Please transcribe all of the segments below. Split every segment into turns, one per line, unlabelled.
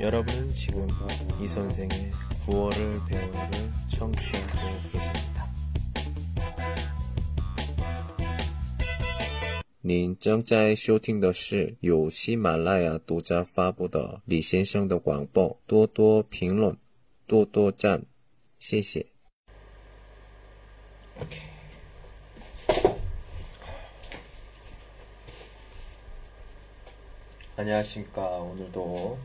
여러분 지금 이 선생의 구월을 배우를 청취하고 계십니다. 您正在收听的是由喜马拉雅独家发布的李先生的广播，多多评论，多多赞，谢谢。안녕하십니까. 오늘도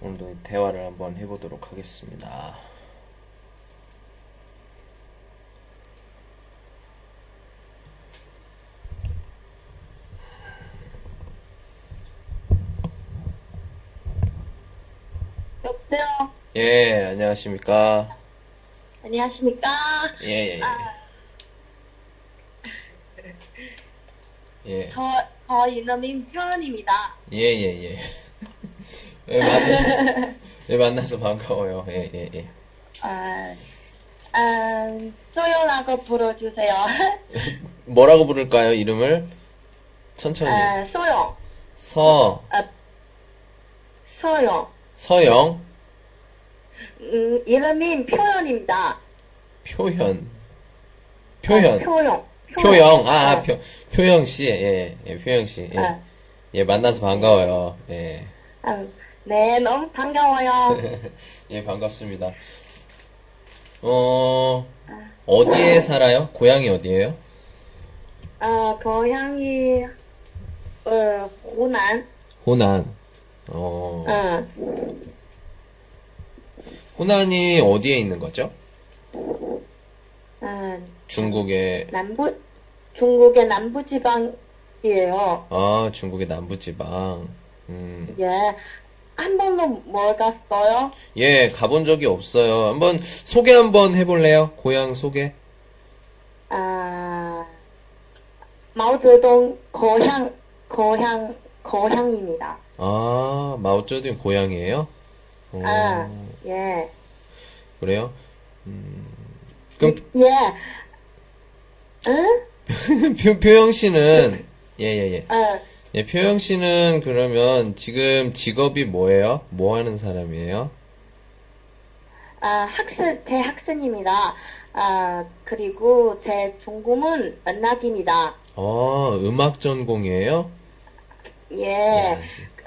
오늘도 대화를 한번 해보도록 하겠습니다.
여보세요.
예, 안녕하십니까.
안녕하십니까?
예, 예, 예. 예,
저, 저 이름은 표현입니다.
예, 예, 예. 예, 만나, 예, 만나서 반가워요. 예, 예, 예.
아, 아, 소연하고 불러주세요.
뭐라고 부를까요, 이름을? 천천히.
아, 소영,
서,
소영.
서영,
음, 이름이 표현입니다.
표현. 표현.
아, 표영.
표영 아, 아
네.
표, 표영 씨, 예, 예, 표영 씨, 예,
네.
예, 만나서 반가워요, 예,
아, 네, 너무 반가워요.
예, 반갑습니다. 어, 어디에 살아요? 고향이 어디예요?
아, 고향이, 어, 호남.
호남. 어,
어,
호남이 어디에 있는 거죠?
아,
중국의,
남부, 중국의 남부지방이에요.
아, 중국의 남부지방. 음,
예. 한 번도 뭘 갔어요?
예, 가본 적이 없어요. 한번 소개 한번 해볼래요? 고향 소개?
아, 마오쩌둥 고향, 고향, 고향입니다.
아, 마오쩌둥 고향이에요? 어,
아, 예.
그래요? 음, 그럼
예. 응?
표, 표영 씨는 예예예. 예,
어,
예, 표영 씨는 그러면 지금 직업이 뭐예요? 뭐 하는 사람이에요?
아, 학생, 대학생입니다. 아, 그리고 제 중국은 음악입니다.
어, 음악 전공이에요? 네,
예.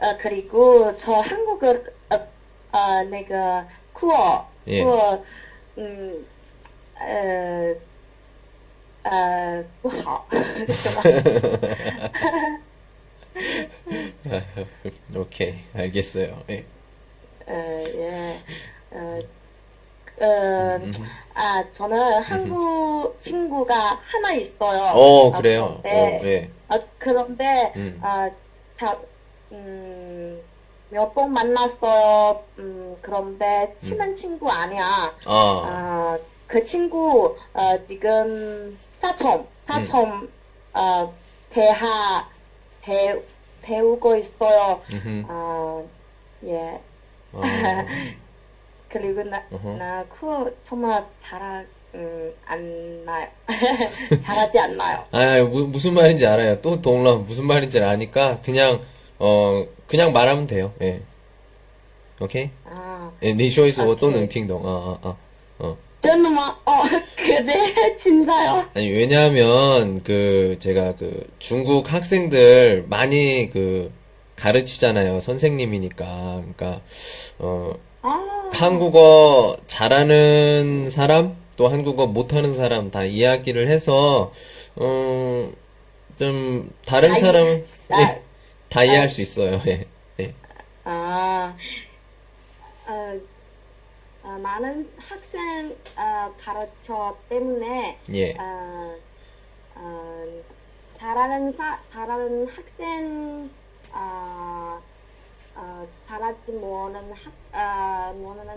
어, 그리고 저 한국을, 어, 어, 내가, 쿠어,
예.
쿠어, 음, 어, 어, 不好，是吧？
오케이, 알겠어요. 예.
어, 예. 어, 어, 아, 저는 한국 친구가 하나 있어요.
어, 그래요.
어,
어,
그런데,
예.
어, 그런데,
음.
아, 자, 음, 몇 번 만났어요. 음, 그런데
음.
친한 친구 아니야.
아,
아, 그 친구, 어, 지금 사촌, 사촌,
음.
어, 대하, 배, 배우고 있어요.
음흠.
아, 예.
아,
그리고 나,
어허.
나 쿠어 정말 잘하, 음, 안 나요. 잘하지 않나요?
아, 무, 무슨 말인지 알아요. 또 동남 무슨 말인지 아니까 그냥 어 그냥 말하면 돼요. 예. 오케이.
아,
예, 니쇼에서 어떤
오케이.
응팅동. 아, 아, 아. 어.
저는 막, 어, 그래, 네, 진짜요?
아니, 왜냐하면, 그, 제가 그, 중국 학생들 많이 그, 가르치잖아요. 선생님이니까. 그러니까, 어,
아,
한국어 잘하는 사람, 또 한국어 못하는 사람 다 이야기를 해서, 음, 좀, 다른
아, 이-
사람,
아.
예, 다 이해할 수 있어요. 예, 예.
아, 어, 어, 많은 학생, 어, 가르쳐 때문에,
예.
어, 어, 잘하는 사, 잘하는 학생, 어, 어, 잘하지 모르는 학, 어, 모르는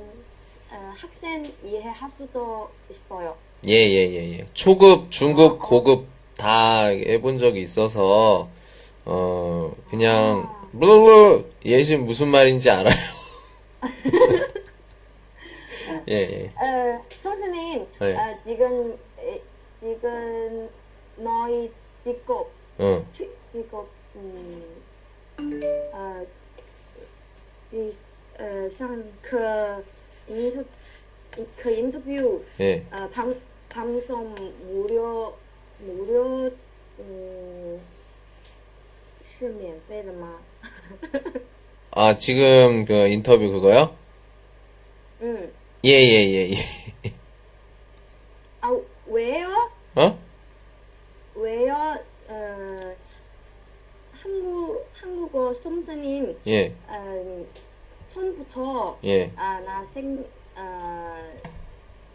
어, 학생 이해할 수도 있어요.
예, 예, 예, 예. 초급, 중급, 고급 다 해본 적이 있어서, 어, 그냥, 룰루, 얘 지금 무슨 말인지 알아요. 예, 예.
어, 선생님,
네.
어, 지금 에, 지금 너희 직업
어,
취- 직업 음, 아, 어, 지, 呃，像그 인터 그 인터뷰
예.
아, 방 방송 무료 무료 음, 是免费的吗?
아, 지금 그 인터뷰 그거요?
응.
예, 예, 예,
아 왜요?
예. 어?
왜요? 어, 한국 한국어 선생님
예,
어, 처음부터
예,
아, 나생 어,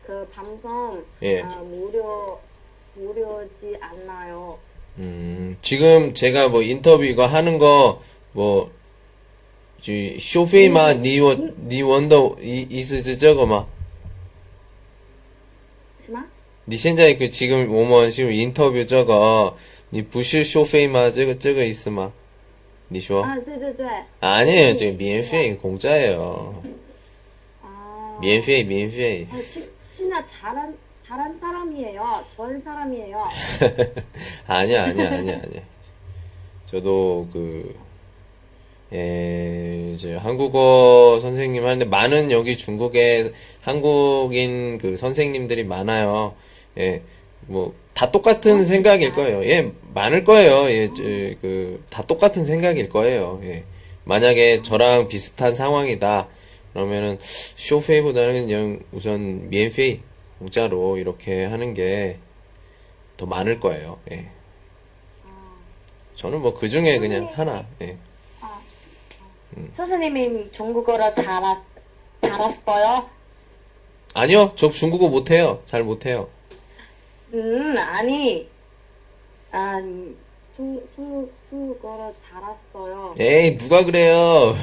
그 방송
예.
아, 무료 무료지 않나요?
음, 지금 제가 뭐 인터뷰 이거 하는 거, 뭐, 지, 쇼페이마, 니원, 니원더, 이, 이스즈 저거 막,
什么？
니 현재 그 지금 오면 지금 인터뷰 저거, 니 부실 쇼페이마 저거, 저거 있으마. 니 쇼?
啊，对对对，
아니에요, 지금 미엔페이 공짜예요.
啊，
미엔페이, 미엔페이.
아, 진- 진짜 잘한 잘한 사람이에요. 좋은 사람이에요.
아니야, 아니야, 아니야, 아니야. 저도 그, 예, 이제 한국어 선생님 하는데 많은 여기 중국에 한국인 그 선생님들이 많아요. 예, 뭐, 다 똑같은 생각일 거예요. 예, 많을 거예요. 예, 저, 그, 다 똑같은 생각일 거예요. 예. 만약에 저랑 비슷한 상황이다. 그러면은, 쇼페이보다는 그냥 우선 미엔페이, 공짜로 이렇게 하는 게 더 많을 거예요. 예. 저는 뭐 그 중에 그냥 하나. 예.
선생님이 중국어를 잘 잘했어요?
아니요, 저 중국어 못해요. 잘 못해요.
음, 아니, 아, 중 중국 중국어를 잘했어요.
에이, 누가 그래요?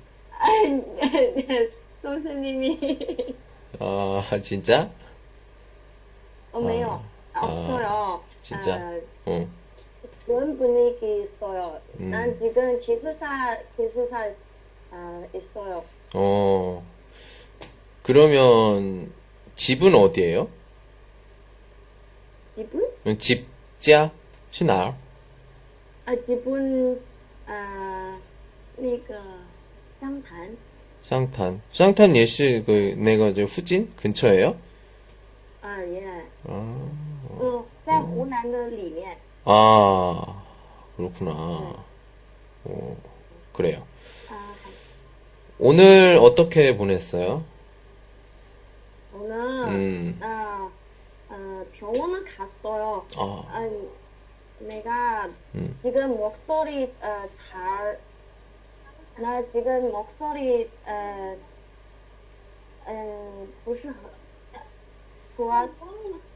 예.
선생님이
아, 진짜?
없네요. 없어요.
어. 진짜?
아,
어.
그런 분위기 있어요.
음.
난 지금 기술사 기술사 아, 있어요.
어. 그러면 집은 어디예요?
지분?
집자? 시나?
啊，基本啊，那个湘潭
쌍탄. 쌍탄 예시 그 내가 이제 후진 근처예요?
啊耶，
어.
嗯，在湖南的里面，
아, 그렇구나. 어, 그래요.
啊，
오늘 어떻게 보냈어요?
我呢，
음,
啊，呃， 아, 병원을갔어요，
아,
아, 내가
음.
지금 목소리 어, 잘, 나 지금 목소리 어, 음, 不是很 좋아,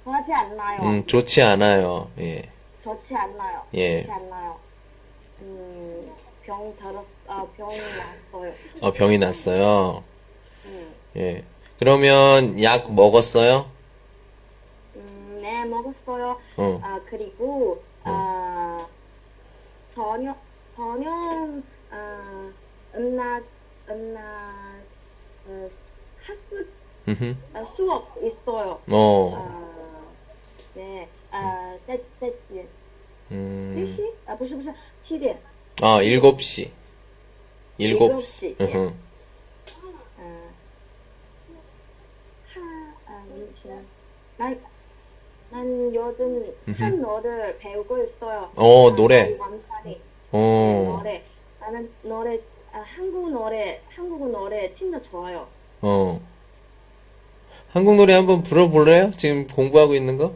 좋아하지 않나요?
음, 좋지 않아요. 예,
좋지 않나요?
예.
좋지 않나요? 음, 병 들었, 아, 병이 났어요.
어, 병이 났어요.
음,
예. 그러면 약 먹었어요?
음, 네, 먹었어요.
어,
아, 그리고, 아, 저녁, 저녁, 아, 음악, 음악, 어, 학습,
음흠.
아, 수업 있어요.
어,
아, 네, 아, 再再见
음,
1시? 아, 不是,不是,7点.
아, 일곱 시. 일곱 시.
시 예.
으흠.
아, 하, 아, 잠시만. 난, 난 요즘 한노를 배우고 있어요.
어, 노래.
완판이
어,
노래. 나는 노래, 아, 한국 노래, 한국 노래 진짜 좋아요.
어. 한국 노래 한번 불러볼래요? 지금 공부하고 있는 거?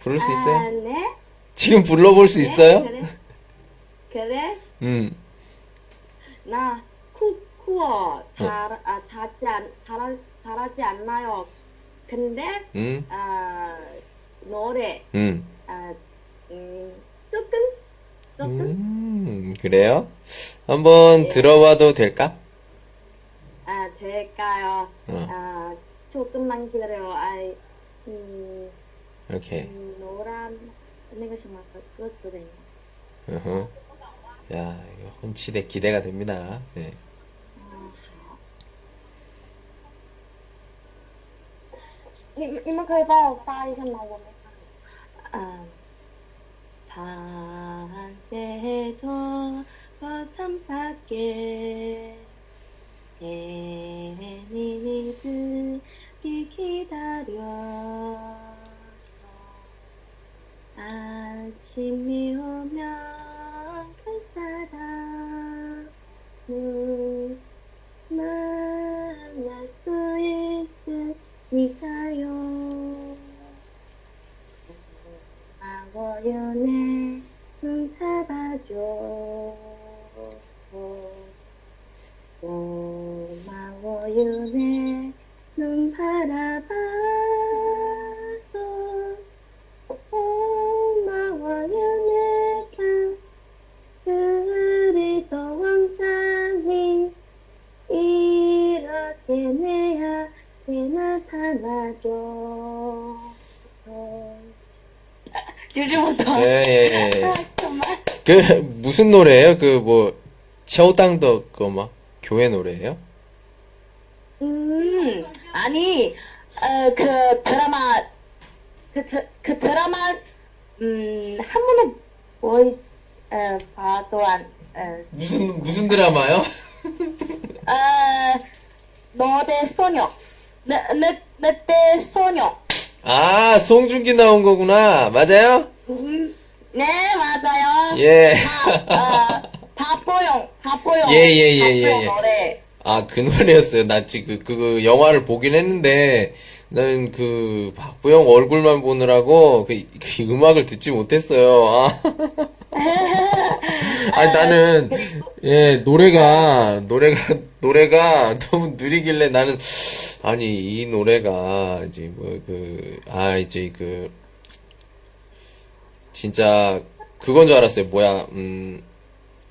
부를 수
아,
있어요?
네?
지금 불러볼 수 있어요?
그래? 그래?
음,
나 쿠, 쿠어 잘, 아, 잘하지, 않, 잘, 잘하지 않나요? 근데,
음,
아, 노래,
음.
아, 음, 조금? 조금?
음, 그래요? 한번 들어봐도 될까?
아, 될까요?
어.
아, 조금만 기다려요. 아이, 음,
오케이.
음, 노란, 내가 정말 그것도 되네.
어허. 야, 이거 혼치대 기대가 됩니다. 네.
이, 이만 거의 봐. 사이선 나오고. 아, 밤새도록 거참 밖에 애매히 늦게 기다려 아침이 오면 그 사람을 만날 수 있으니까요 고마워요 내손 잡아줘 고마워요 내눈 바라봐서 고마워요 내가 그리 또 왕자니 이렇게 내 앞에 나타나죠 주주부터
예, 예, 예.
아, 정말
그, 무슨 노래예요? 그, 뭐, 셔당덕, 그, 막, 교회 노래예요?
음, 아니, 어, 그 드라마, 그, 드- 그 드라마, 음, 한 번에, 뭐, 어, 봐도 안, 어,
무슨, 무슨 드라마요?
아, 너대 소녀. 너, 너, 너대 소녀.
아, 송중기 나온 거구나. 맞아요?
음, 네, 맞아요.
예.
아, 박보영, 박보영.
예, 예, 예,
박보영
예, 예.
노래.
아, 그 노래였어요. 나 지금 그, 그 영화를 보긴 했는데, 나는 그, 박보영 얼굴만 보느라고 그, 그 음악을 듣지 못했어요. 아. 아니, 나는, 예, 노래가, 노래가, 노래가 너무 느리길래 나는, 아니, 이 노래가, 이제 뭐, 그, 아, 이제 그, 진짜, 그건 줄 알았어요. 뭐야, 음,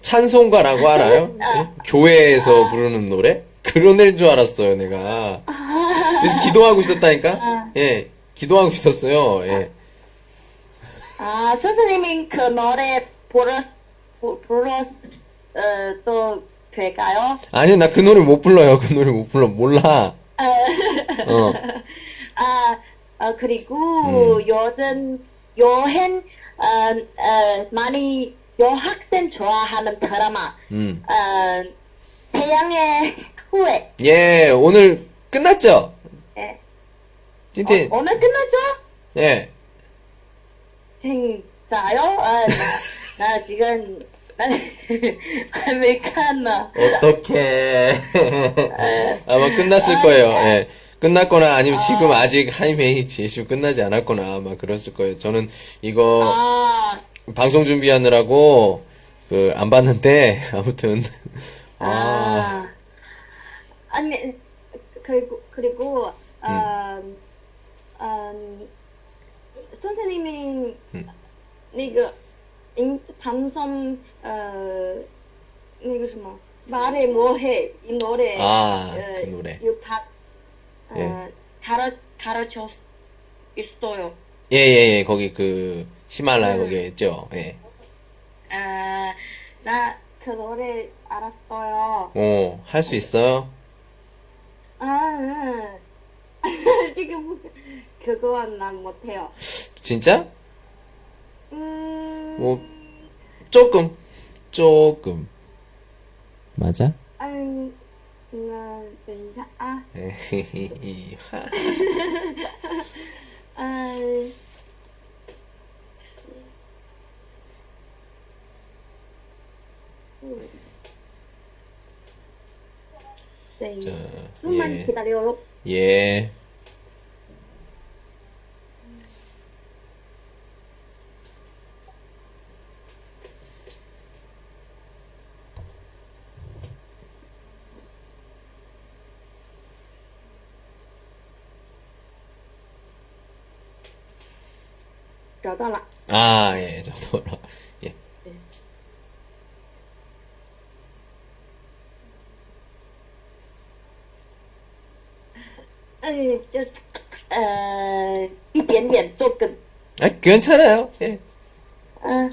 찬송가라고 알아요? 예? 교회에서 부르는 노래? 그런 애인 줄 알았어요, 내가. 그래서 기도하고 있었다니까? 예, 기도하고 있었어요, 예.
아, 선생님이 그 노래 불렀, 부- 불렀, 어, 또, 될까요?
아니, 나 그 노래 못 불러요. 그 노래 못 불러. 몰라. 어.
아, 어, 그리고 요즘 여행 어, 어, 많이 여학생 좋아하는 드라마
음.
어, 태양의 후예
예, 오늘 끝났죠?
예.
찐틴.
어, 오늘 끝났죠?
예.
진짜요? 아, 나, 나 지금 나 아메리카노
어떡해. 아마 끝났을 거예요. 예. 끝났거나 아니면 지금 아직 하이메이 제슈 끝나지 않았거나 아마 그랬을 거예요. 저는 이거
아,
방송 준비하느라고 그 안 봤는데 아무튼 아,
아. 아니, 네. 그리고, 그리고, 어, 음, 선생님이,
음.
그, 인, 방송, 어, 那个什么, 말해 뭐해, 이 노래.
아,
어,
그 노래.
이 박, 어,
예.
가르, 가르쳐 있어요.
예예예 거기 그 히말라야 거기에 있죠 예.
아, 나 그 노래 알았어요.
어, 할 수 있어요?
嗯 아, 지금 그거는 난 못해요.
진짜?
음,
뭐 조금 조금 맞아?
아니, 음, 嗯等一下啊 아,
예.
아, 음. 네,
자,
좀만
예.
기다려요.
예.
找到了.
아, 예, 저도 알아. 예.
음, 저, 어, 呃 一点点，조금.
아, 괜찮아요. 예.
아,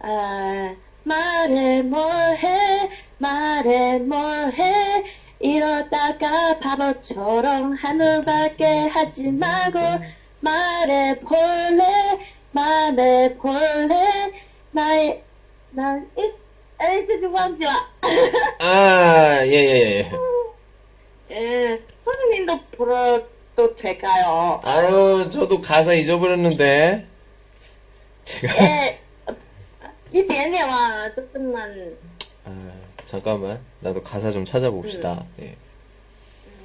아, 말해 뭐해 말해 뭐해 이러다가 바보처럼 하늘밖에 하지 말고 말해 볼래 말해 볼래 나의 난이 에이 저좀忘记了
아, 예, 예, 예.
예, 선생님도 불어도 될까요?
아유, 저도 가사 잊어버렸는데. 제가.
예, 어, 이点点와 조금만.
아, 잠깐만. 나도 가사 좀 찾아봅시다. 예.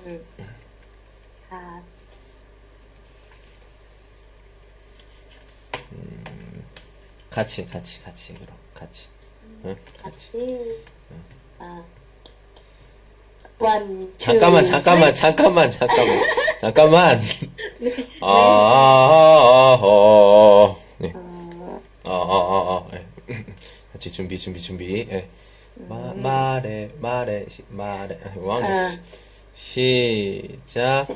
음. 아,
같이, 같이, 같이, 그럼. 같이. 응, 같이.
같이. 음. 아. 원, 투,
잠깐만, 잠깐만, 잠깐만, 잠깐만. 잠깐만. 아, 아, 아, 아. 네. 아, 아, 아, 아. 예. 같이 준비, 준비, 준비. 예. 마, 말해, 말해, 시, 말해. 왕.
아.
시작.
셋.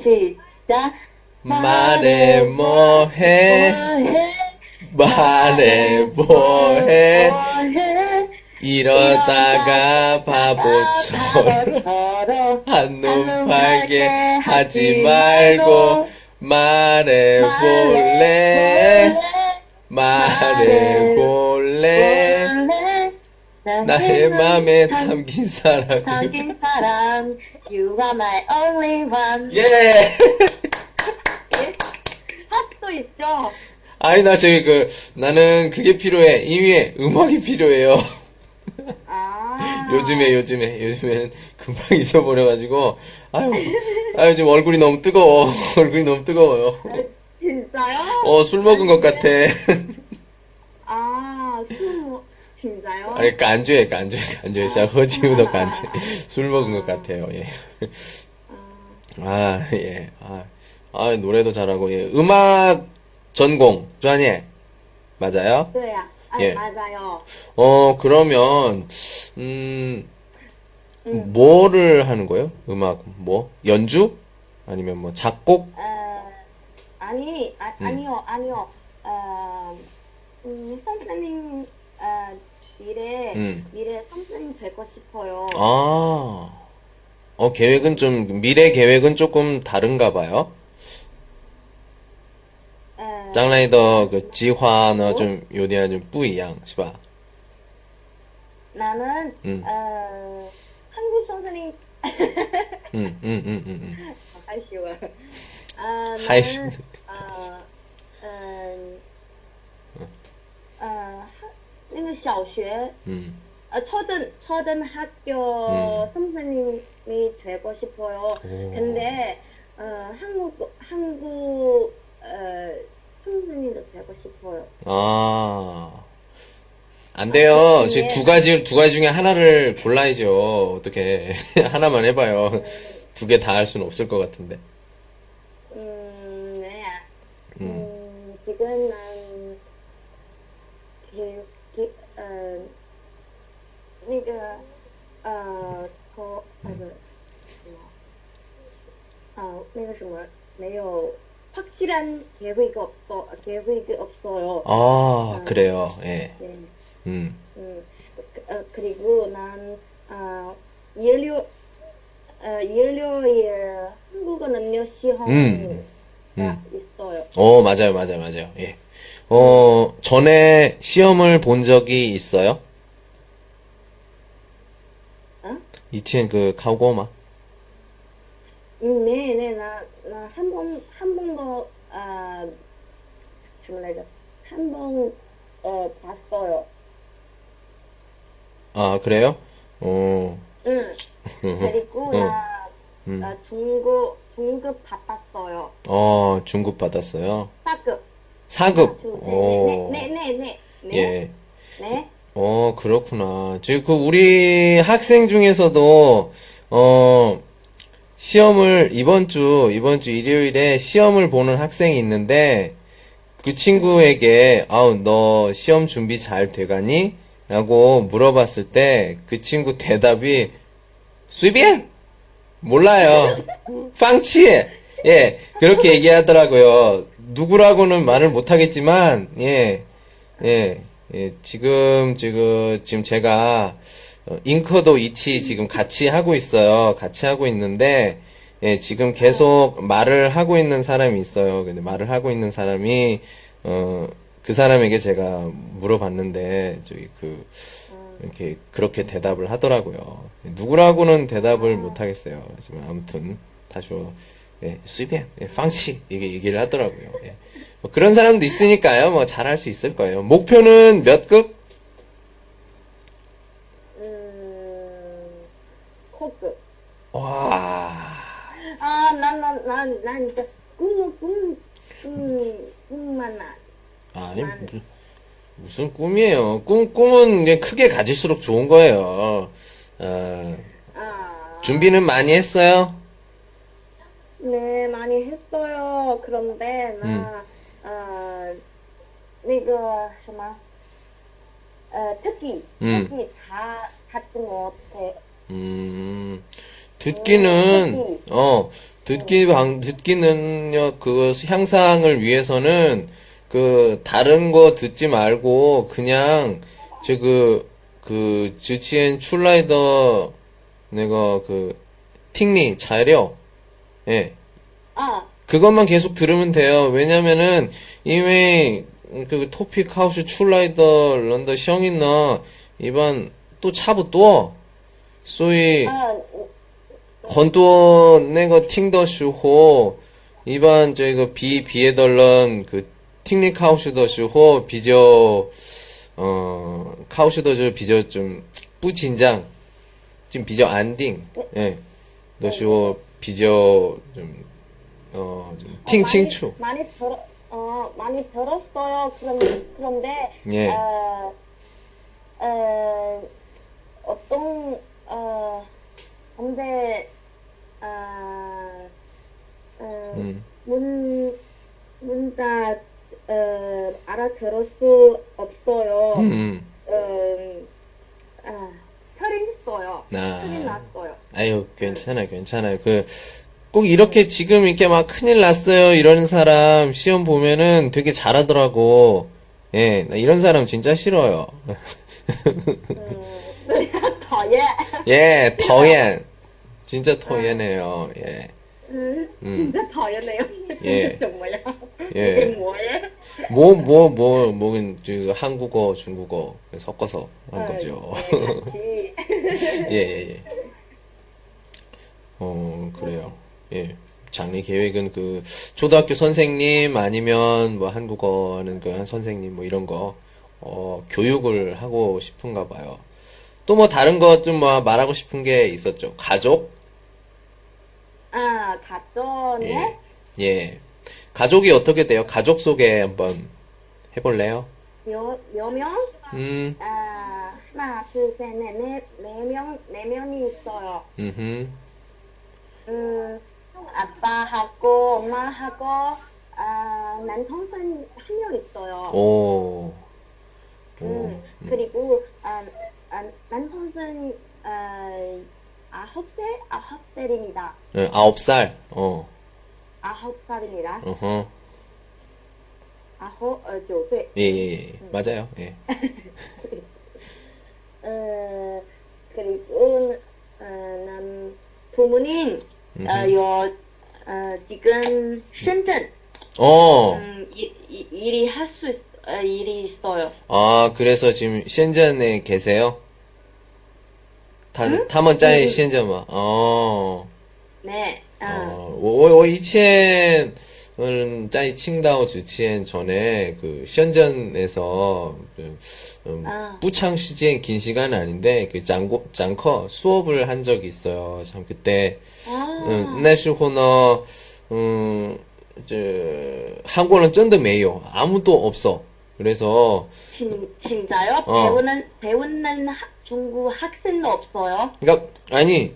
시작.
말해, 뭐 뭐해.
뭐해?
말해, 뭐 뭐해.
뭐해? 아,
이러다가 바보처럼.
바보처럼.
한눈 팔게 하지 말고 말해 볼래 말해 볼래
몰래
나의 맘에
담-
담긴 사람
담긴 사람 You are my only one
예
팝도 있죠?
아니 나 저기 그 나는 그게 필요해 이미의 음악이 필요해요
아
요즘에 요즘에 요즘에는 금방 잊어버려가지고 아유 아유 지금 얼굴이 너무 뜨거워 얼굴이 너무 뜨거워요
진짜요?
어 술 먹은 것 같아
아 스무 진짜요?
아니 간주해 간주해 간주해 진짜 허지우도 간주해 술 먹은 것 같아요 예. 아, 예아예아 아, 노래도 잘하고 예 음악 전공 주한예 맞아요
네요 아,
예.
맞아요
어 그러면 음 뭐를 하는 거예요 음악 뭐 연주 아니면 뭐 작곡
어, 아니 아,
음.
아니요 아니요 어, 음, 선생님 어, 미래
음. 아,
미래 선생님 되고 싶어요
아어 계획은 좀 미래 계획은 조금 다른가 봐요
어,
将来的个计划呢，就有点就不一样，是吧？
나는
음.
어, 한국 선생님
嗯嗯嗯嗯嗯，
하이시와 아,
하이시-
나는, 어, 음, 어, 하- 那个小学,
嗯
어, 초등, 초등학교 선생님이 되고 싶어요. 근데, 어, 한국, 한국, 어, 선생님도 되고 싶어요.
아. 안 돼요.
예.
지금 두 가지, 두 가지 중에 하나를 골라야죠. 어떻게. 하나만 해봐요. 두 개 다 할 수는 없을 것 같은데.
음, 네. 음, 지금 난, 기, 기, 어, 那个, 어, 더, 아, 그, 아, 那个什么,没有, 확실한 계획이 없어, 계획이 없어요.
아, 그래요. 예.
네.
음.
음, 그- 어, 그리고 난, 어, 일요, 어, 일요일 한국어 능력 시험,
음,
가 있어요.
어, 맞아요. 맞아요. 맞아요. 예. 어, 전에 시험을 본 적이 있어요?
응?
이치엔 그, 카고마.
음, 네, 네, 나, 나 한 번, 한 번 더, 아, 주문하자. 한 번, 어, 봤어요.
아, 그래요? 어,
응. 그리고 나,
음.
나 중급, 중급 바빴어요.
어, 중급 받았어요.
사급.
사급.
네,
오.
네, 네, 네. 네.
예.
네.
어, 그렇구나. 지금 그 우리 학생 중에서도 어 시험을 이번 주 이번 주 일요일에 시험을 보는 학생이 있는데 그 친구에게 아우 너 시험 준비 잘 돼가니? 라고 물어봤을 때 그 친구 대답이 수비엔 몰라요. 빵치! 예, 그렇게 얘기하더라고요. 누구라고는 말을 못하겠지만, 예, 예, 예, 지금, 지금, 지금 제가, 어, 잉커도 이치 지금 같이 하고 있어요. 같이 하고 있는데, 예, 지금 계속 말을 하고 있는 사람이 있어요. 근데 말을 하고 있는 사람이, 어, 그 사람에게 제가 물어봤는데, 저기 그, 이렇게 그렇게 대답을 하더라고요. 누구라고는 대답을 못 하겠어요. 하지만 아무튼 다시 예, 수입엔, 예, 방치 이게 얘기를 하더라고요. 예. 뭐 그런 사람도 있으니까요. 뭐 잘할 수 있을 거예요. 목표는 몇 급?
음, 코그.
와,
아, 난, 난, 난, 난 진짜 꿈, 꿈, 꿈, 꿈만 나.
아니 무슨, 무슨 꿈이에요? 꿈 꿈은 이제 크게 가질수록 좋은 거예요. 어,
아,
준비는 많이 했어요.
네, 많이 했어요. 그런데,
음.
나, 어, 내가, 뭐야, 어, 특히,
음.
특히 다, 갖지 못해.
음, 듣기는, 어, 듣기, 방, 듣기는요, 그 향상을 위해서는, 그, 다른 거 듣지 말고, 그냥, 저 그, 그, 지치엔 출라이더, 내가 그, 팅리, 자료, 예,
아,
그것만 계속 들으면 돼요. 왜냐면은 이미 그 토픽 하우스 출라이더 런더 샹이나 이번 또 차부 또 소위
아,
건도 내거 그 팅더 슈호 이번 저거 비 비에 덜런 그 팅리 카우스 더 슈호 비저 어 카우스 더저 비저 좀 뿌진장 좀 비저 안딩 예더 슈호 비저 좀어좀 팅칭추
많이, 많이 들어, 어, 많이 들었어요. 그런, 그런데,
예.
어, 어, 어떤, 어, 언제, 어, 어,
음.
문, 문자, 어, 알아들을 수 없어요.
음,
음, 아, 틀렸어요.
아.
틀렸어요.
아유, 괜찮아, 괜찮아요. 그, 꼭 이렇게 지금 이렇게 막 큰일 났어요. 이런 사람 시험 보면은 되게 잘하더라고. 예, 나 이런 사람 진짜 싫어요.
어, 더, 예.
예, 더엔. 진짜 더엔해요. 예.
음, 진짜 더였네요.
예.
진짜 뭐야.
예.
이게 뭐예요?
뭐, 뭐, 뭐, 뭐, 저 한국어, 중국어 섞어서 한 거죠.
아, 네, 같이.
예, 예, 예. 어, 그래요. 예. 장래 계획은 그, 초등학교 선생님 아니면 뭐 한국어는 그 한 선생님 뭐 이런 거, 어, 교육을 하고 싶은가 봐요. 또 뭐 다른 것 좀 뭐 말하고 싶은 게 있었죠. 가족?
아, 가전에
예. 예. 가족이 어떻게 돼요? 가족 소개 한번 해볼래요?
몇, 몇 명?
음,
아, 하나, 둘, 셋, 넷, 넷, 네 명, 네 명이 있어요.
음흠.
음, 아빠하고, 엄마하고, 아, 남동생 한 명 있어요.
오. 오. 어,
음, 그리고, 아, 아, 남동생, 아, 아홉 살? 아홉 살입니다.
예, 아홉 살. 어.
아홉 살입니다.
어허.
아홉, 어, 조세.
예, 예, 예. 맞아요. 예.
어, 그리고 어, 남 부모님 어, 요 어, 지금 신전
어,
음, 이, 이, 일이 할 수 있, 어, 일이 있어요.
아, 그래서 지금 신전에 계세요? 타, 타먼짜이 신전마. 어,
네. 어,
어, 我我以前嗯在青岛之前 전에 그 신전에서 그, 음,
아.
부창 시즌 긴 시간은 아닌데 그 장고 장커 수업을 한 적이 있어요. 참 그때
아,
嗯，那时候呢，嗯，这韩国人真的没有아무도없어그래서
진, 진짜요?
어.
배우는 배우는 하, 중국 학생도 없어요.
그러니까아니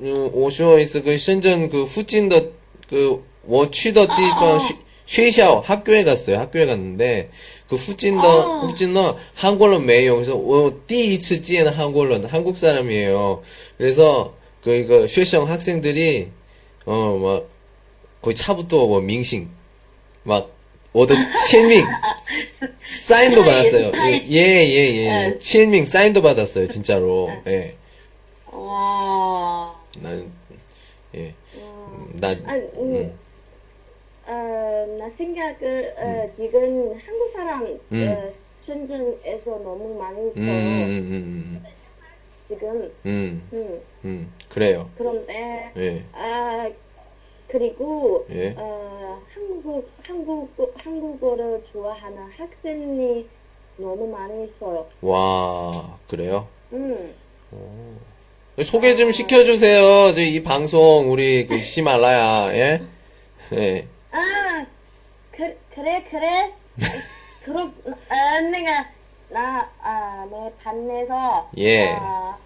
오쇼있어그신전그후진더그워취더띠방 쉐샤오 학교에 갔어요. 학교에 갔는데 그 후진더
아.
후진너 한국어는 매요. 그래서 띠이츠지에는 한국어는 한국 사람이에요. 그래서 그 이거 쉐성 학생들이 어 막 거의 차부터 뭐 밍싱 막 워더 친밍 사인도 받았어요. 예예예 예, 예, 예. 친밍 사인도 받았어요. 진짜로. 예.
와.
난, 예. 난,
아,
네.
음.
음.
어, 나 생각을 어, 지금 한국 사람 어, 신진에서 너무 많이
음,
있어요.
음,
지금.
음, 음,
음.
음, 그래요.
그런데
예,
아 그리고
예.
어, 한국 한국 한국어를 좋아하는 학생이 너무 많이 있어요.
와, 그래요.
음.
소개 좀 시켜주세요. 저이 방송 우리 그 히말라야, 예, 예,
아, 그, 그래, 그래. 그룹, 아, 내가, 나, 아, 내 반에서,
예.
아,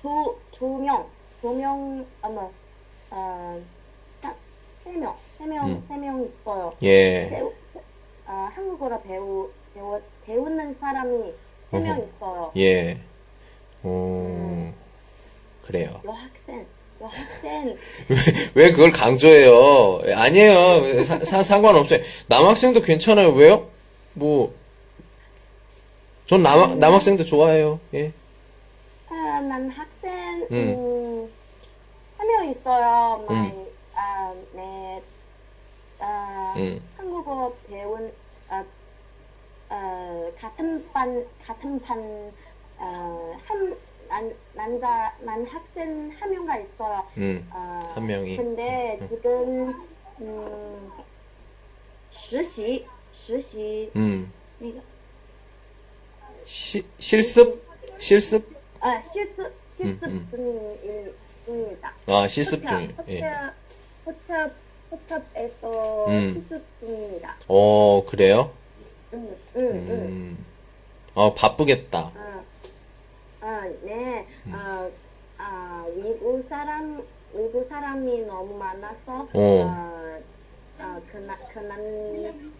두, 두 명, 두 명, 아, 뭐, 아, 딱, 세 명, 세 명,
음.
세 명 있어요.
예.
배우, 아, 한국어로 배우, 배우, 배우는 사람이 세 명 있어요.
예. 어, 그래요.
여학생, 여학생,
왜 그걸 강조해요? 예, 아니에요. 사- 사- 상관없어요. 남학생도 괜찮아요. 왜요? 뭐, 전 남, 남학생도 좋아해요. 예.
아, 난 학생,
음.
음, 한 명 있어요. 막,
음.
아, 네, 아,
음.
한국어 배운, 아, 어, 같은 반, 같은 반, 어, 한, 난, 남자, 난 학생 한 명가 있어요.
음.
아,
한 명이. 음.
근데 지금, 음, 实习,实习,
음.
이거.
시, 실습? 실습?
아, 실습, 실습
음,
중인, 중입니다.
아, 실습
그렇죠.
중이에요. 예.
포탑, 포탑에서
음.
실습 중입니다.
어, 그래요?
응, 응, 응.
음. 어, 바쁘겠다.
아, 아, 네.
음.
아, 아, 외국 사람, 외국 사람이 너무 많아서,
어.
아, 아, 그나, 그난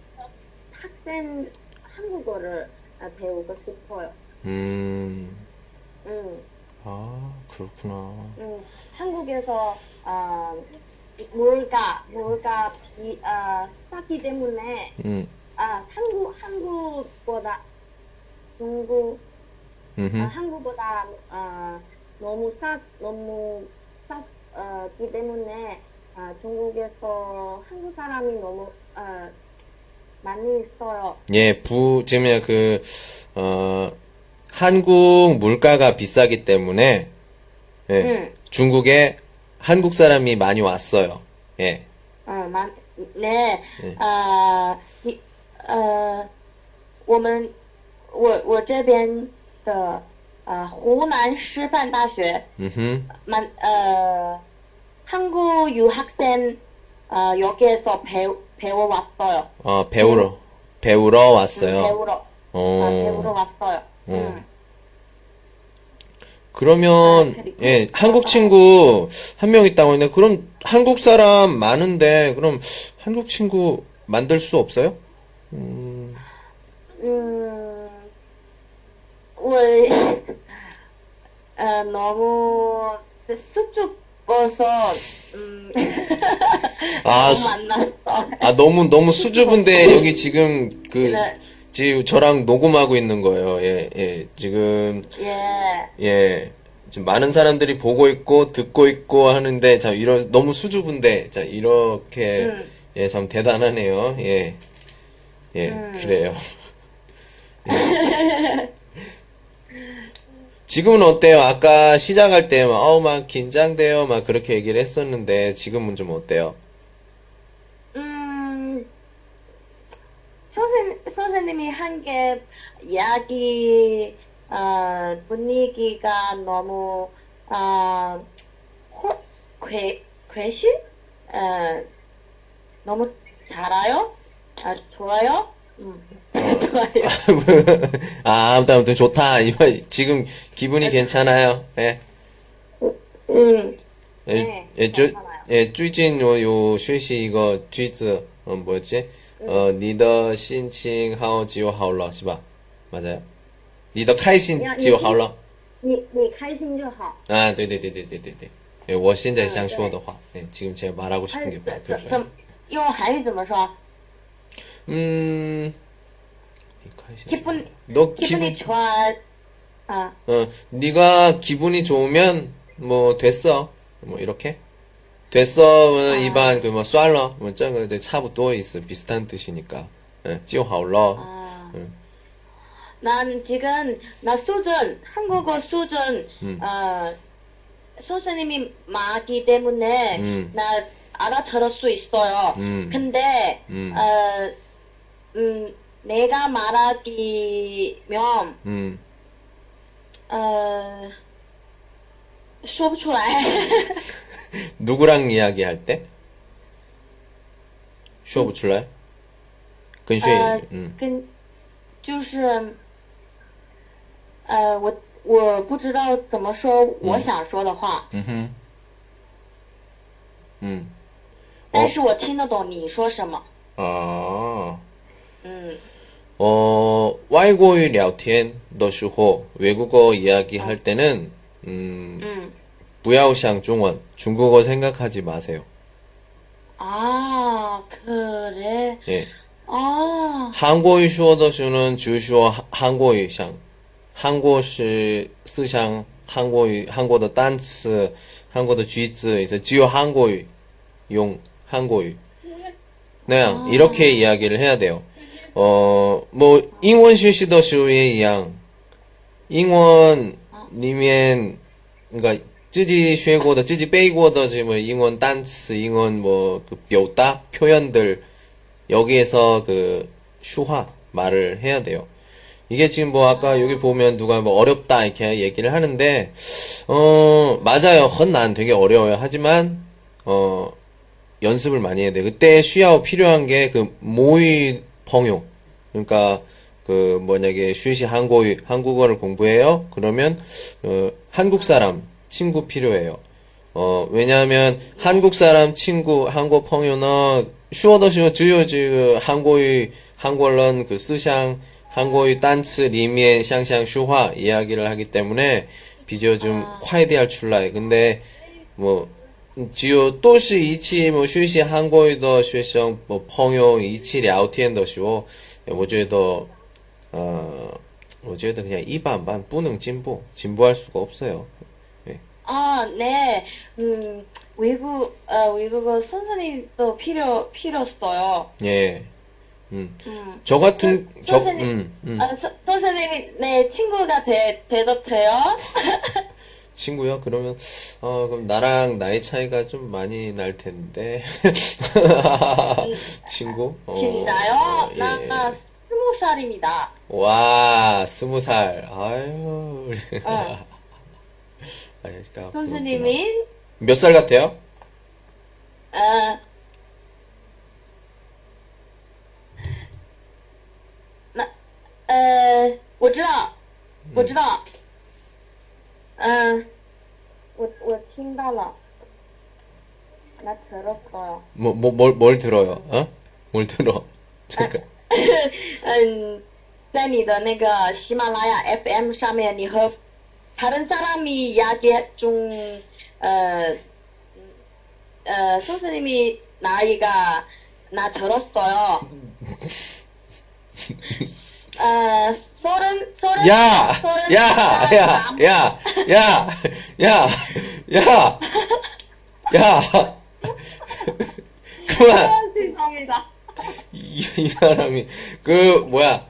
학생 한국어를 아, 배우고 싶어요.
음.
응.
아, 그렇구나.
음, 한국에서 아, 물가 물가 비 아, 싸기 때문에
음.
아, 한국 한국보다 중국 아,
음.
한국보다 아, 너무 싸 너무 싸기 때문에 아, 중국에서 한국 사람이 너무 아, 많이 있어요.
예, 부, 지금 그, 어, 한국 물가가 비싸기 때문에, 예,
응.
중국에 한국 사람이 많이 왔어요. 예,
어, 만, 네, 아,
네.
呃，你，呃，我们，我我这边的，呃，湖南师范大学，
음,
만, 어, 한국 유학생, 어, 여기에서 배우, 배워왔어요.
어, 배우러, 배우러 왔어요.
음, 배우러, 어, 배우러
어,
왔어요. 음.
그러면,
아, 그리고-
예, 한국 친구 한 명 있다고 했는데, 그럼 한국 사람 많은데, 그럼 한국 친구 만들 수 없어요?
嗯，我 呃 어, 너무수줍어서 음,
아, 수-
만났어.
아, 너무, 너무 수줍은데, 여기 지금, 그,
네.
지금 저랑 녹음하고 있는 거예요. 예, 예. 지금,
예.
예. 지금 많은 사람들이 보고 있고, 듣고 있고 하는데, 자, 이런, 너무 수줍은데, 자, 이렇게,
음.
예, 참 대단하네요. 예. 예, 그래요. 예. 지금은 어때요? 아까 시작할 때, 막, 어우, 막, 긴장돼요. 막, 그렇게 얘기를 했었는데, 지금은 좀 어때요?
음, 선생 선생님이 한 게 이야기 어, 분위기가 너무 어, 호, 괴, 괴신? 어, 너무 잘아요? 아, 좋아요? 음, 좋아요.
아, 아무튼, 아무튼 좋다. 이번 지금 기분이 괜찮아요. 예.
음.
예,
네,
예, 쭈,
괜찮아요.
예, 쭈진 요, 요, 쉐시 이거, 쥐즈, 어, 뭐였지? 어, 니더 신칭 하오 지오 하올러, 시바. 맞아요? 니더 카이신
야,
지오
니-
하올러.
你你开心就好。
아, 네네네네네네. 예, 我现在想
네. 아,
说的话. 예, 지금 제가 말하고
哎
싶은 게 ，
怎
바로
怎
그거예요.
怎用韩语怎么说？
음, 니 카이신.
기분-
너
其实
기분,
你穿啊，
어, 네가 기분이 좋으면 뭐 됐어. 뭐 이렇게. 됐어는 이반 그뭐 쏠러 뭐 짱은 이제 차부 또 있어 비슷한 뜻이니까. 예, 지오하올러.
啊
嗯，
난 지금 나 수준 한국어 수준 어, 선생님이 많기 때문에
음.
나 알아들을 수 있어요.
음.
근데
음.
어, 음, 내가 말하기면
음.
어, 说不出来.
누구랑 이야기할 때? 쇼부 출라이? 근슈,
呃
음, ，
跟就是，呃，我我不知道怎么说我想说的话，
음흠. 음,
但是我听得懂你说什么。
아.
嗯，
어, 와이고이 랴오티엔 너슈호 외국어 이야기할 때는 음,
嗯
부야오샹 중원 중국어 생각하지 마세요.
啊，可嘞，
예.
哦，
한국어 슈어더슈는 주슈어 한국어 샹 한국시 쓰샹 한국어 한국어 단츠 한국어 쥐츠 이제 지요 한국어 용 한국어 네, 이렇게 이야기를 해야 돼요. 어, 뭐, 인원 쉬시더 쇼의 양. 인원, 리면, 그니까, 그러니까 쯔지 쉐고더, 쯔지 빼이고더, 지금 뭐 인원 단츠, 인원 뭐, 그, 묘다, 표현들, 여기에서 그, 슈화, 말을 해야 돼요. 이게 지금 뭐, 아까 여기 보면 누가 뭐, 어렵다, 이렇게 얘기를 하는데, 어, 맞아요. 헌난 되게 어려워요. 하지만, 어, 연습을 많이 해야 돼. 그때 쉬아오 필요한 게 그 모의 펑용. 그러니까 그 만약에 쉬시 한국 한국어를 공부해요. 그러면 어, 한국 사람 친구 필요해요. 어 왜냐하면 한국 사람 친구 한국 펑요너 슈어더시어 주요 주 한국의 한국런 그 쓰샹 한국의 단츠 리미엔 샹샹 슈화 이야기를 하기 때문에 비교 좀 콰이디할 출라이. 근데 뭐 지요 또시 이치 뭐 쉬시 한국의 더 쉬성 뭐 펑요 이치 랴오티엔 더시오. 我觉得呃我觉得 어, 그냥 이반반 뿌능 진보 진보할 수가 없어요. 예.
啊，네，嗯，외국呃외국어선생님도필요필요했어요。
예. 음.
음.
저 같은
선-
저
선생님.
음, 음.
아, 서, 선생님이 내 친구가 되, 되도 돼요?
친구요? 그러면 어 그럼 나랑 나이 차이가 좀 많이 날 텐데. 친구? 어,
네. 진짜요?
어, 예.
나 스무 살입니다.
와, 스무 살. 아유.
어.
아, 그러니까
선생님이
몇 살 같아요?
어, 나, 어, 呃我知道我知道嗯我我听到了나들었어요
뭐, 뭐, 뭘, 뭘 들어요? 어? 뭘 들어?
아,
잠깐.
嗯，在你的那个喜马拉雅 FM 上面，你和다른사람이이야기중어어선생님이나이가나들었어요 어서른서른
야!
서른
야! 야! 야! 야! 야! 야! 야! 그만!
죄송합니다
이, 이 사람이 그 뭐야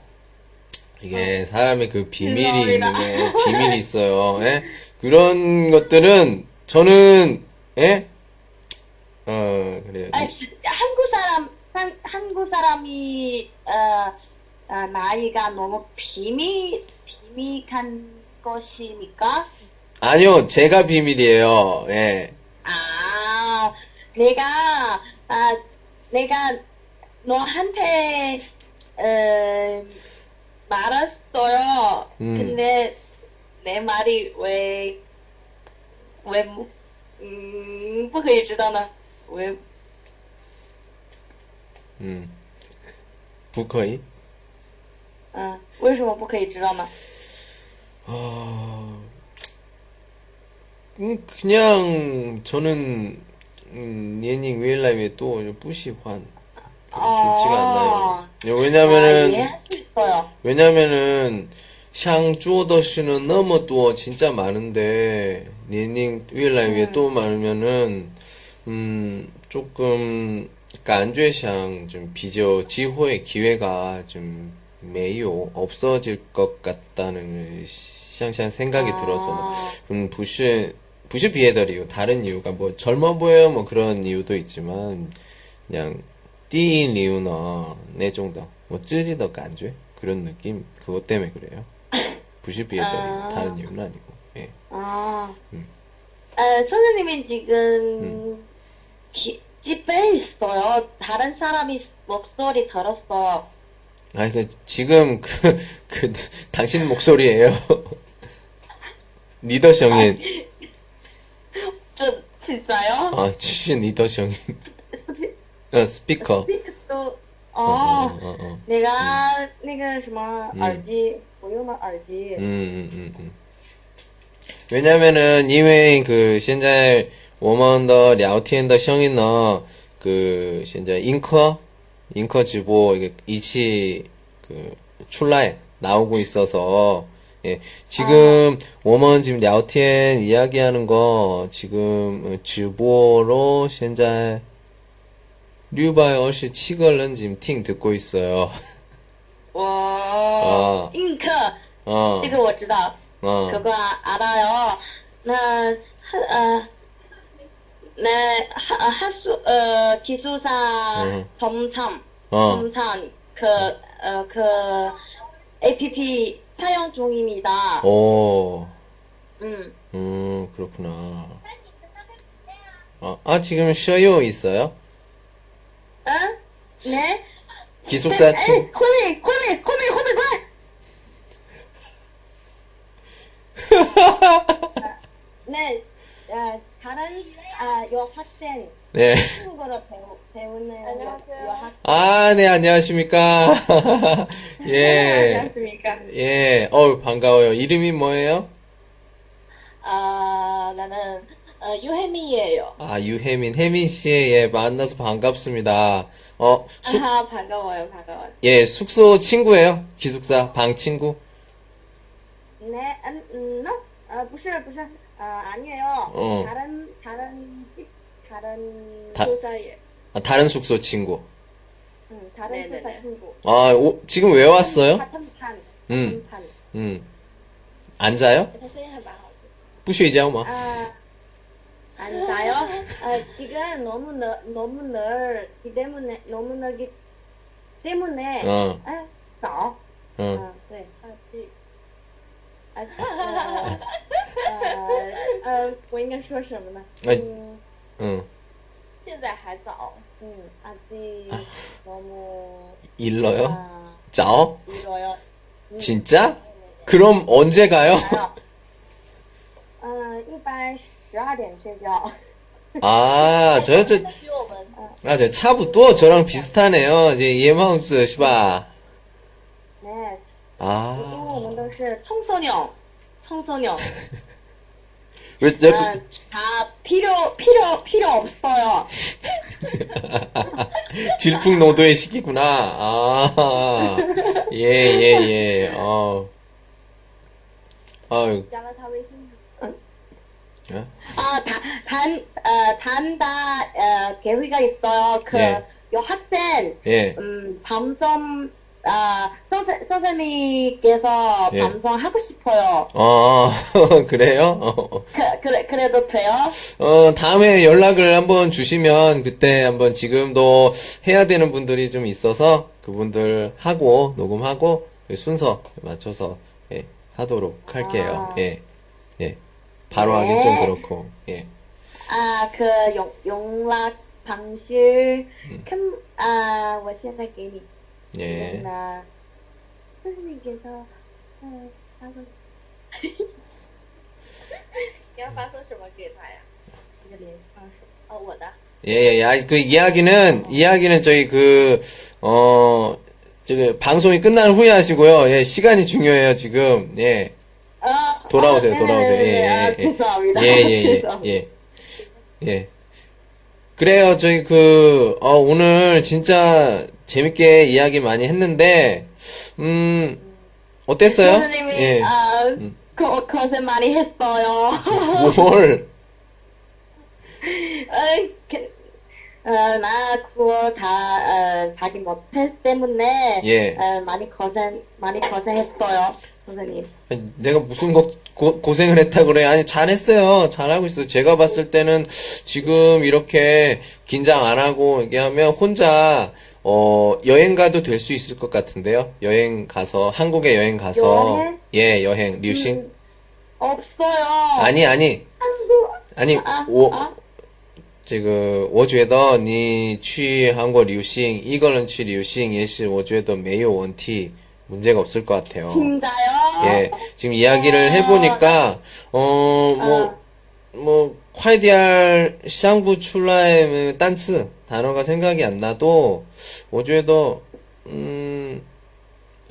이게 사람의 그 비밀이
죄송합니다.
있는데 비밀이 있어요. 예? 그런 것들은 저는 예? 어 그래요.
아한국사람한한국사람이어어나이가너무비밀비밀한것이니까
아니요 제가 비밀이에요. 예.
아, 내가, 아, 내가 너한테, 어, 말았어요.
음.
근데 내 말이 왜, 왜, 무- 음, 不可以知道呢？왜,
음. 부커이.
嗯，为什么不可以知道呢？
아, 음, 그냥 저는 음, 예닝 웨일라이에 또 뿌시환 좋지가
어.
않나요?
啊
왜냐면은
也是的，
왜냐면은 샹 주어더씨는 너무 또 진짜 많은데 니닝 위라 위에 또 많으면은 음 조금 그러니까 안주의 샹좀 비저 지호의 기회가 좀 매요 없어질 것 같다는 샹샹 생각이
아.
들어서 음 부시 부시 비해더리요 다른 이유가 뭐 젊어 보여 뭐 그런 이유도 있지만 그냥 띠인 이유나 내 정도 뭐 찌지더 간주 그런 느낌 그것 때문에 그래요 부시 비해더리
아.
다른 이유는 아니고 예
아,
음.
어, 선생님은 지금 기- 집에 있어요. 다른 사람이 목소리 들었어요.
아니 그 지금 그 그 당신 목소리예요 리더 형인
좀 진짜요?
아 출신 리더 형인 어 스피커
또
어,
어,
어, 어, 어.
내가 뭐 내가 뭐什么耳机，我用了耳机。
음, 음, 음, 음. 왜냐면은 이외에 그 현재 워먼더 랴오티엔더 성인어 그 현재 잉커 잉커 지보 이게 이치 그 출라에 나오고 있어서 예 지금 워먼 지금 랴오티엔 이야기하는 거 지금 지보로 현재 류바이 어시 치걸은 지금 팅 듣고 있어요
我
啊
映客，
어
这个我知道，
어.
그거 아- 알아요. 나, 하- 어, 네, 하, 하수, 어, 기숙사
응.
검참,
네. 어.
검참, 그, 어, 그, APP 사용 중입니다.
어. 오.
음,
음, 그렇구나. 아, 아, 지금 쉬어요 있어요?
응? 어? 네?
기숙사
에이, 에이,
친,
코미, 코미, 코미, 코미, 코미! 네, 어, 다른, 아, 여학생,
네.
한국어로 배우, 배우는
안녕하세요.
여, 여학
아, 네, 안녕하십니까. 예.
안녕하십니까.
예, 어우, 반가워요. 이름이 뭐예요?
아, 나는 어, 유혜미예요.
아, 유혜민, 혜민 씨, 예, 만나서 반갑습니다. 어, 숙,
아하, 반가워요, 반가워요.
예, 숙소 친구예요. 기숙사, 방 친구.
네, 음, 음, no? 아, 不是,不是, 아, 아니에요.
어.
다른, 다른 집, 다른
다-
교사예요.
아, 다른 숙소 친구.
응, 다른
네네네.
교사 친구.
아, 오, 지금 왜 왔어요?
같은 반,
음,
같은 반.
음. 앉아요?
他声音还蛮好的。
부쉬이자오, 마.
아, 앉아요? 아, 지금 너무 너, 너무 널기 때문에, 너무 널기 때문에,
어,
아, 더.
어.
아, 네. 아, 네. 아, 어, 어, 어, 我应该说什么呢？
아이,
嗯
응.
现在还早，
음, 아직 너무
일러요?
아,
짜오?
이거요.
진짜? 그럼 언제 가요?
아. 음, 一般十二点睡觉。
아, 저, 저,
比我们
아, 저, 차부터 저랑 비슷하네요. 이제 예마우스, 시바.
네, 因为
아,
我们都是청소년청소년
왜, 왜, 그-
음, 다 필요 필요 필요 없어요.
질풍노도의 시기구나. 아, 예, 예, 예, 어. 아유,
加了他微信，
아, 다, 단, 어, 단다 어, 계획이 있어요. 그
네.
여학생
예,
음, 밤점 아, 선생, 선생님께서
예.
방송하고 싶어요.
어, 그래요? 어,
그, 그래, 그래도 돼요?
어, 다음에 연락을 한번 주시면 그때 한번 지금도 해야 되는 분들이 좀 있어서 그분들 하고 녹음하고 그 순서 맞춰서 예, 하도록 할게요.
아.
예. 예. 바로
네.
하긴 좀 그렇고. 예.
아, 그 용, 용락 방실 큰, 아, 我现在给你
음. 예.
나 선생님께서 어, 하고
你要发送什么给他呀？
싶은 일 하고
哦，我的，
예, 예, 예. 아니, 그 이야기는 이야기는 저희 그 어, 저기 방송이 끝난 후에 하시고요. 예, 시간이 중요해요, 지금. 예.
어,
돌아오세요,
어,
돌아오세요. 예,
네네네네. 아,
예, 예.
죄송합니다.
예, 예,
죄송합니다.
예, 예. 예. 그래요, 저희 그, 어, 오늘 진짜 재밌게 이야기 많이 했는데, 음, 어땠어요?
선생님이
예.
아, 고, 고생 많이
뭐,
했어요.
뭘,
어, 그, 어, 나 그거 자, 어, 자기 못했 때문에
예.
어, 많이 고생 많이 고생했어요, 선생님.
아니, 내가 무슨 거, 고, 고생을 했다 그래. 아니, 잘했어요. 잘하고 있어. 제가 봤을 때는 지금 이렇게 긴장 안 하고 이게 하면 혼자, 어, 여행 가도 될 수 있을 것 같은데요. 여행 가서, 한국에 여행 가서.
여행?
예, 여행. 류신?
음, 없어요.
아니, 아니,
한국
아니,
아,
오,
아,
这个我觉得你去韩国旅行一个人去旅行也是我觉得没有问题문제가없을것같아요
진짜요?
어. 예, 지금 이야기를 해보니까, 어, 뭐, 뭐, 콰이디알 샹부 출라의 단츠, 단어가 생각이 안 나도, 어제도, 음,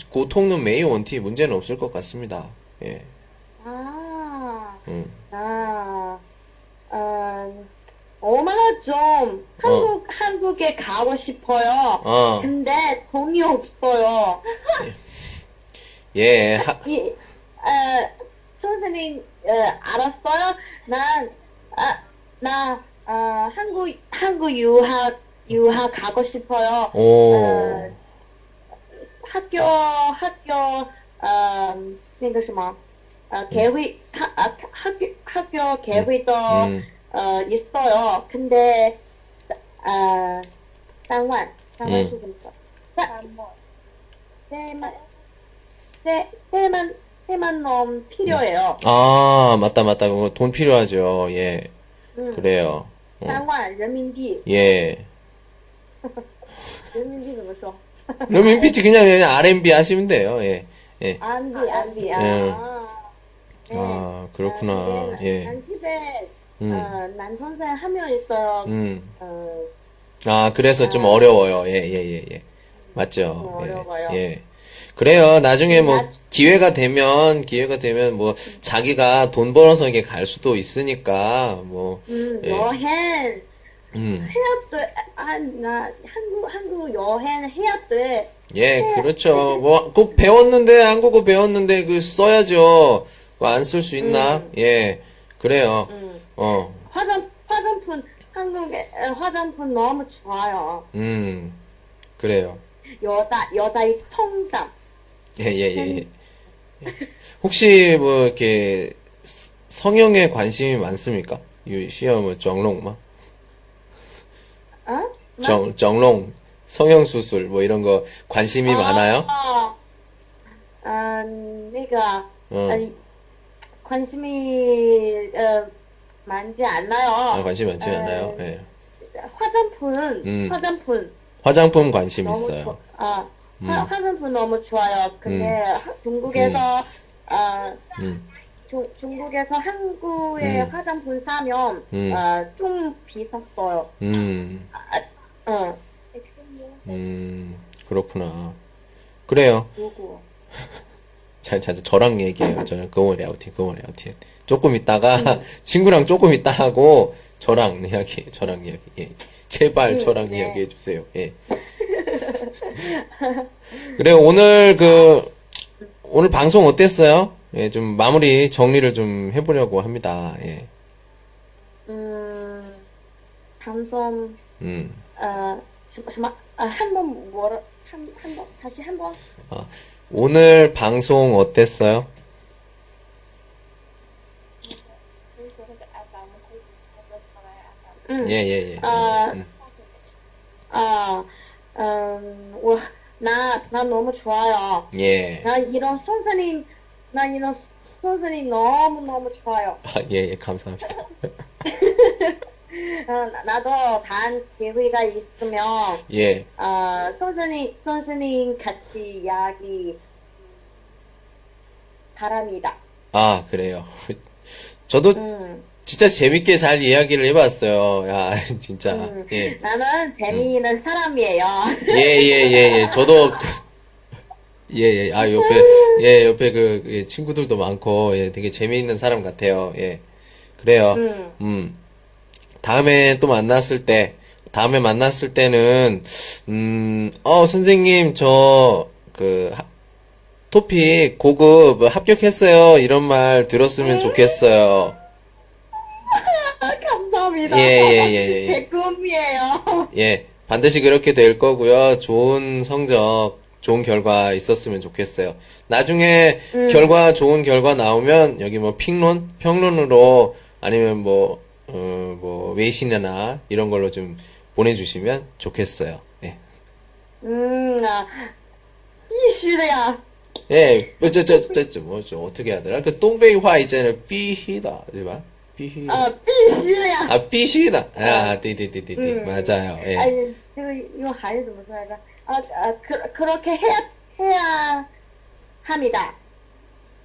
고통은 매이 원티, 문제는 없을 것 같습니다. 예,
아,
음.
아, 음, 얼마나 좀 한국 한국에 가고 싶어요.
어,
근데 돈이 없어요.
예, 하,
이, 어, 선생님, 어, 알았어요? 난, 아, 나, 어, 한국, 한국 유학, 유학 가고 싶어요.
오,
학교, 학교, 어, 那个什么, 어, 계획, 하, 아, 학교, 학교 계획도,
음,
어, 있어요. 근데, 어, 3만, 3만
음.
수준이죠.
三漠，
세만, 세, 세만, 세만 넘 필요해요.
아, 맞다, 맞다. 그거 돈 필요하죠. 예,
음.
그래요. 어,
三万人民币，
예.
人民币怎么说？
룸인피치 그냥, 그냥 R&B 하시면 돼요. 예, 예.
安币，安币啊！
嗯
네
아,
아,
그렇구나.
네.
예.
난 집에
음,
어, 남동생 한 명 있어요.
음.
어,
아, 그래서 좀 어려워요. 예, 예, 예, 예. 맞죠?
네, 어려워요. 네,
예. 예. 그래요. 나중에 뭐,
나-
기회가 되면, 기회가 되면, 뭐, 자기가 돈 벌어서 이게 갈 수도 있으니까, 뭐,
음,
예.
여행
음.
해야 돼. 아, 나 한국 한국 여행 해야 돼.
예,
네.
그렇죠. 뭐, 꼭 배웠는데, 한국어 배웠는데, 그, 써야죠. 안 쓸 수 있나? 예. 그래요.
음,
어,
화장 화장품 한국에 어, 화장품 너무 좋아요.
음. 그래요.
여자 여자의 청담.
예, 예, 예, 예. 혹시 뭐 이렇게 스- 성형에 관심이 많습니까? 이 시험은 정롱마,
어?
정 정롱 성형 수술 뭐 이런 거 관심이 많아요?
어, 음, 내가
어.
아니, 관심이 어, 많지
아,
않나요?
관심 많지
어,
않아요? 예.
화장품,
음.
화장품
화장품 관심
너무
있어요. 음.
좋, 아, 화, 화장품 너무 좋아요. 근데 하- 중국에서 어,
음.
중, 중국에서 한국의
음.
화장품 사면
음.
어, 좀 비쌌어요.
음,
어,
也可以啊。
음, 그렇구나. 그래요.
누구?
자, 자, 저랑 얘기해요. 저는 그거 레아우팅, 그거 레아우팅. 조금
음.
있다가 친구랑 조금 있다 하고 저랑 이야기, 저랑 이야기. 예. 제발
음,
저랑
네.
이야기해 주세요. 예. 그래 오늘 그 오늘 방송 어땠어요? 예, 좀 마무리 정리를 좀 해보려고 합니다. 예.
음, 방송
음.
어, 什么什么? 아, 한번 뭐라 한, 한 번, 다시 한 번.
아, 오늘 방송 어땠어요?
所以说那个 FM 可以，那个好来 FM。
응.
예, 예, 예.
음. 아,
음.
아, 음, 와, 나, 나 너무 좋아요.
예.
나 이런 선생님, 나 이런 선생님 너무너무 좋아요.
아, 예, 예, 감사합니다.
어, 나- 나도 다음 기회가 있으면,
예.
어, 선생님, 선생님 같이 이야기 바랍니다.
아, 그래요. 저도
음,
진짜 재밌게 잘 이야기를 해봤어요. 야, 진짜.
음.
예.
나는
음.
재미있는 사람이에요.
예, 예, 예, 예. 저도, 그- 예, 예. 아, 옆에, 예, 옆에 그, 예, 친구들도 많고, 예, 되게 재미있는 사람 같아요. 예. 그래요.
음,
음. 다음에 또 만났을 때, 다음에 만났을 때는, 음, 어, 선생님, 저, 그, 하- 토픽 고급 합격했어요. 이런 말 들었으면 좋겠어요.
아, 감사합니다. 죄송합니다.
예, 예, 예, 예.
제 꿈이에요.
예, 반드시 그렇게 될 거고요. 좋은 성적, 좋은 결과 있었으면 좋겠어요. 나중에 결과, 좋은 결과 나오면 여기 뭐评론, 평론으로 아니면 뭐, 어, 뭐 외신이나 이런 걸로 좀 보내주시면 좋겠어요. 예.
嗯啊，必须的呀。
예, 저, 저, 저, 저, 저, 뭐, 저, 어떻게 해야 되나? 그 똥배이화 있잖아요. 삐히다, 봐. 삐히다.
呃，必须的呀。
음. 아, 삐히다. 아, 띠띠띠띠띠.
음.
맞아요.
哎
예. ，
这个用韩语怎么说来着？啊呃，克克罗克黑黑啊，哈密达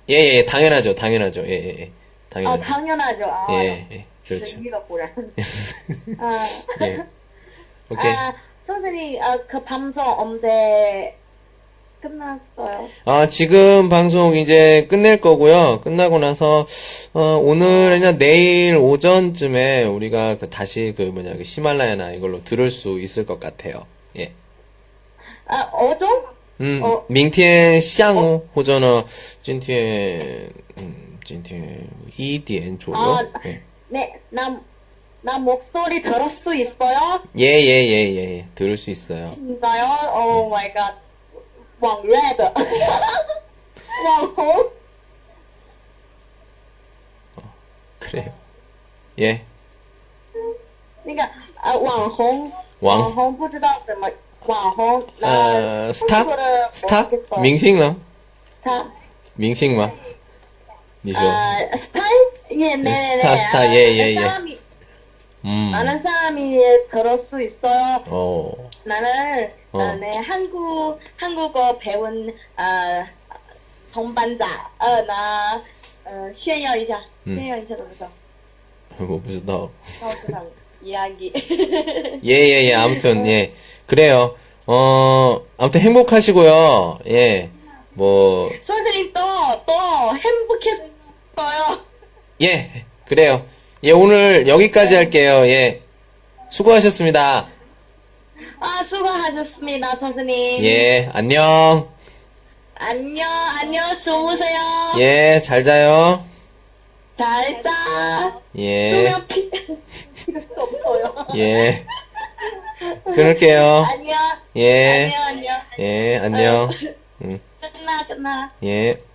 예, 예, 당연하죠. 당연하죠. 예, 예, 예.
哦，
당연하죠.
唐牛那就啊，
예, 예,
是
그렇죠.
一个 湖人。嗯，
예. 오케이.
아, 선생님, 아, 그 방송 언제 끝났어요?
아, 지금 방송 이제 끝낼 거고요. 끝나고 나서, 어, 오늘이나 내일 오전쯤에 우리가 그 다시 그 뭐냐, 그 히말라야나 이걸로 들을 수 있을 것 같아요. 예.
아, 어종?
음,
어.
明天下午或者呢今天嗯今天一点左右
아,
耶
네, 나, 나 목소리 들을 수 있어요?
예예예예 예. 들을 수 있어요.
진짜요? 오 마이 갓. 왕래드. 왕홍?
그래요. 예.
那个呃，网红，
网
红不知道怎么网红
呃
中国的
，star star
我
明星了，
他
明星吗？你说，
呃，star 也没
star star 耶耶耶 음,
많은사람이들을수있어요
어,
나는
어.
어, 네한국한국어배운어동반자呃나 어, 呃炫耀一下
음.
炫耀一下怎么说？
我不知道。
告诉他们이야기
예, 예, 예. 아무튼, 예. 그래요. 어, 아무튼 행복하시고요. 예. 뭐,
선생님또또행복했어요
예. 그래요. 예, 오늘 여기까지 할게요. 예. 수고하셨습니다.
아수고하셨습니다선생님
예, 안녕.
안녕, 안녕, 주무세요.
예, 잘 자요.
잘 자.
예,
수면 피, 필요 없어요.
예. 끊을게요.
안녕,
어. 예,
안녕, 안녕.
예, 안녕.
끝나, 끝나.
예.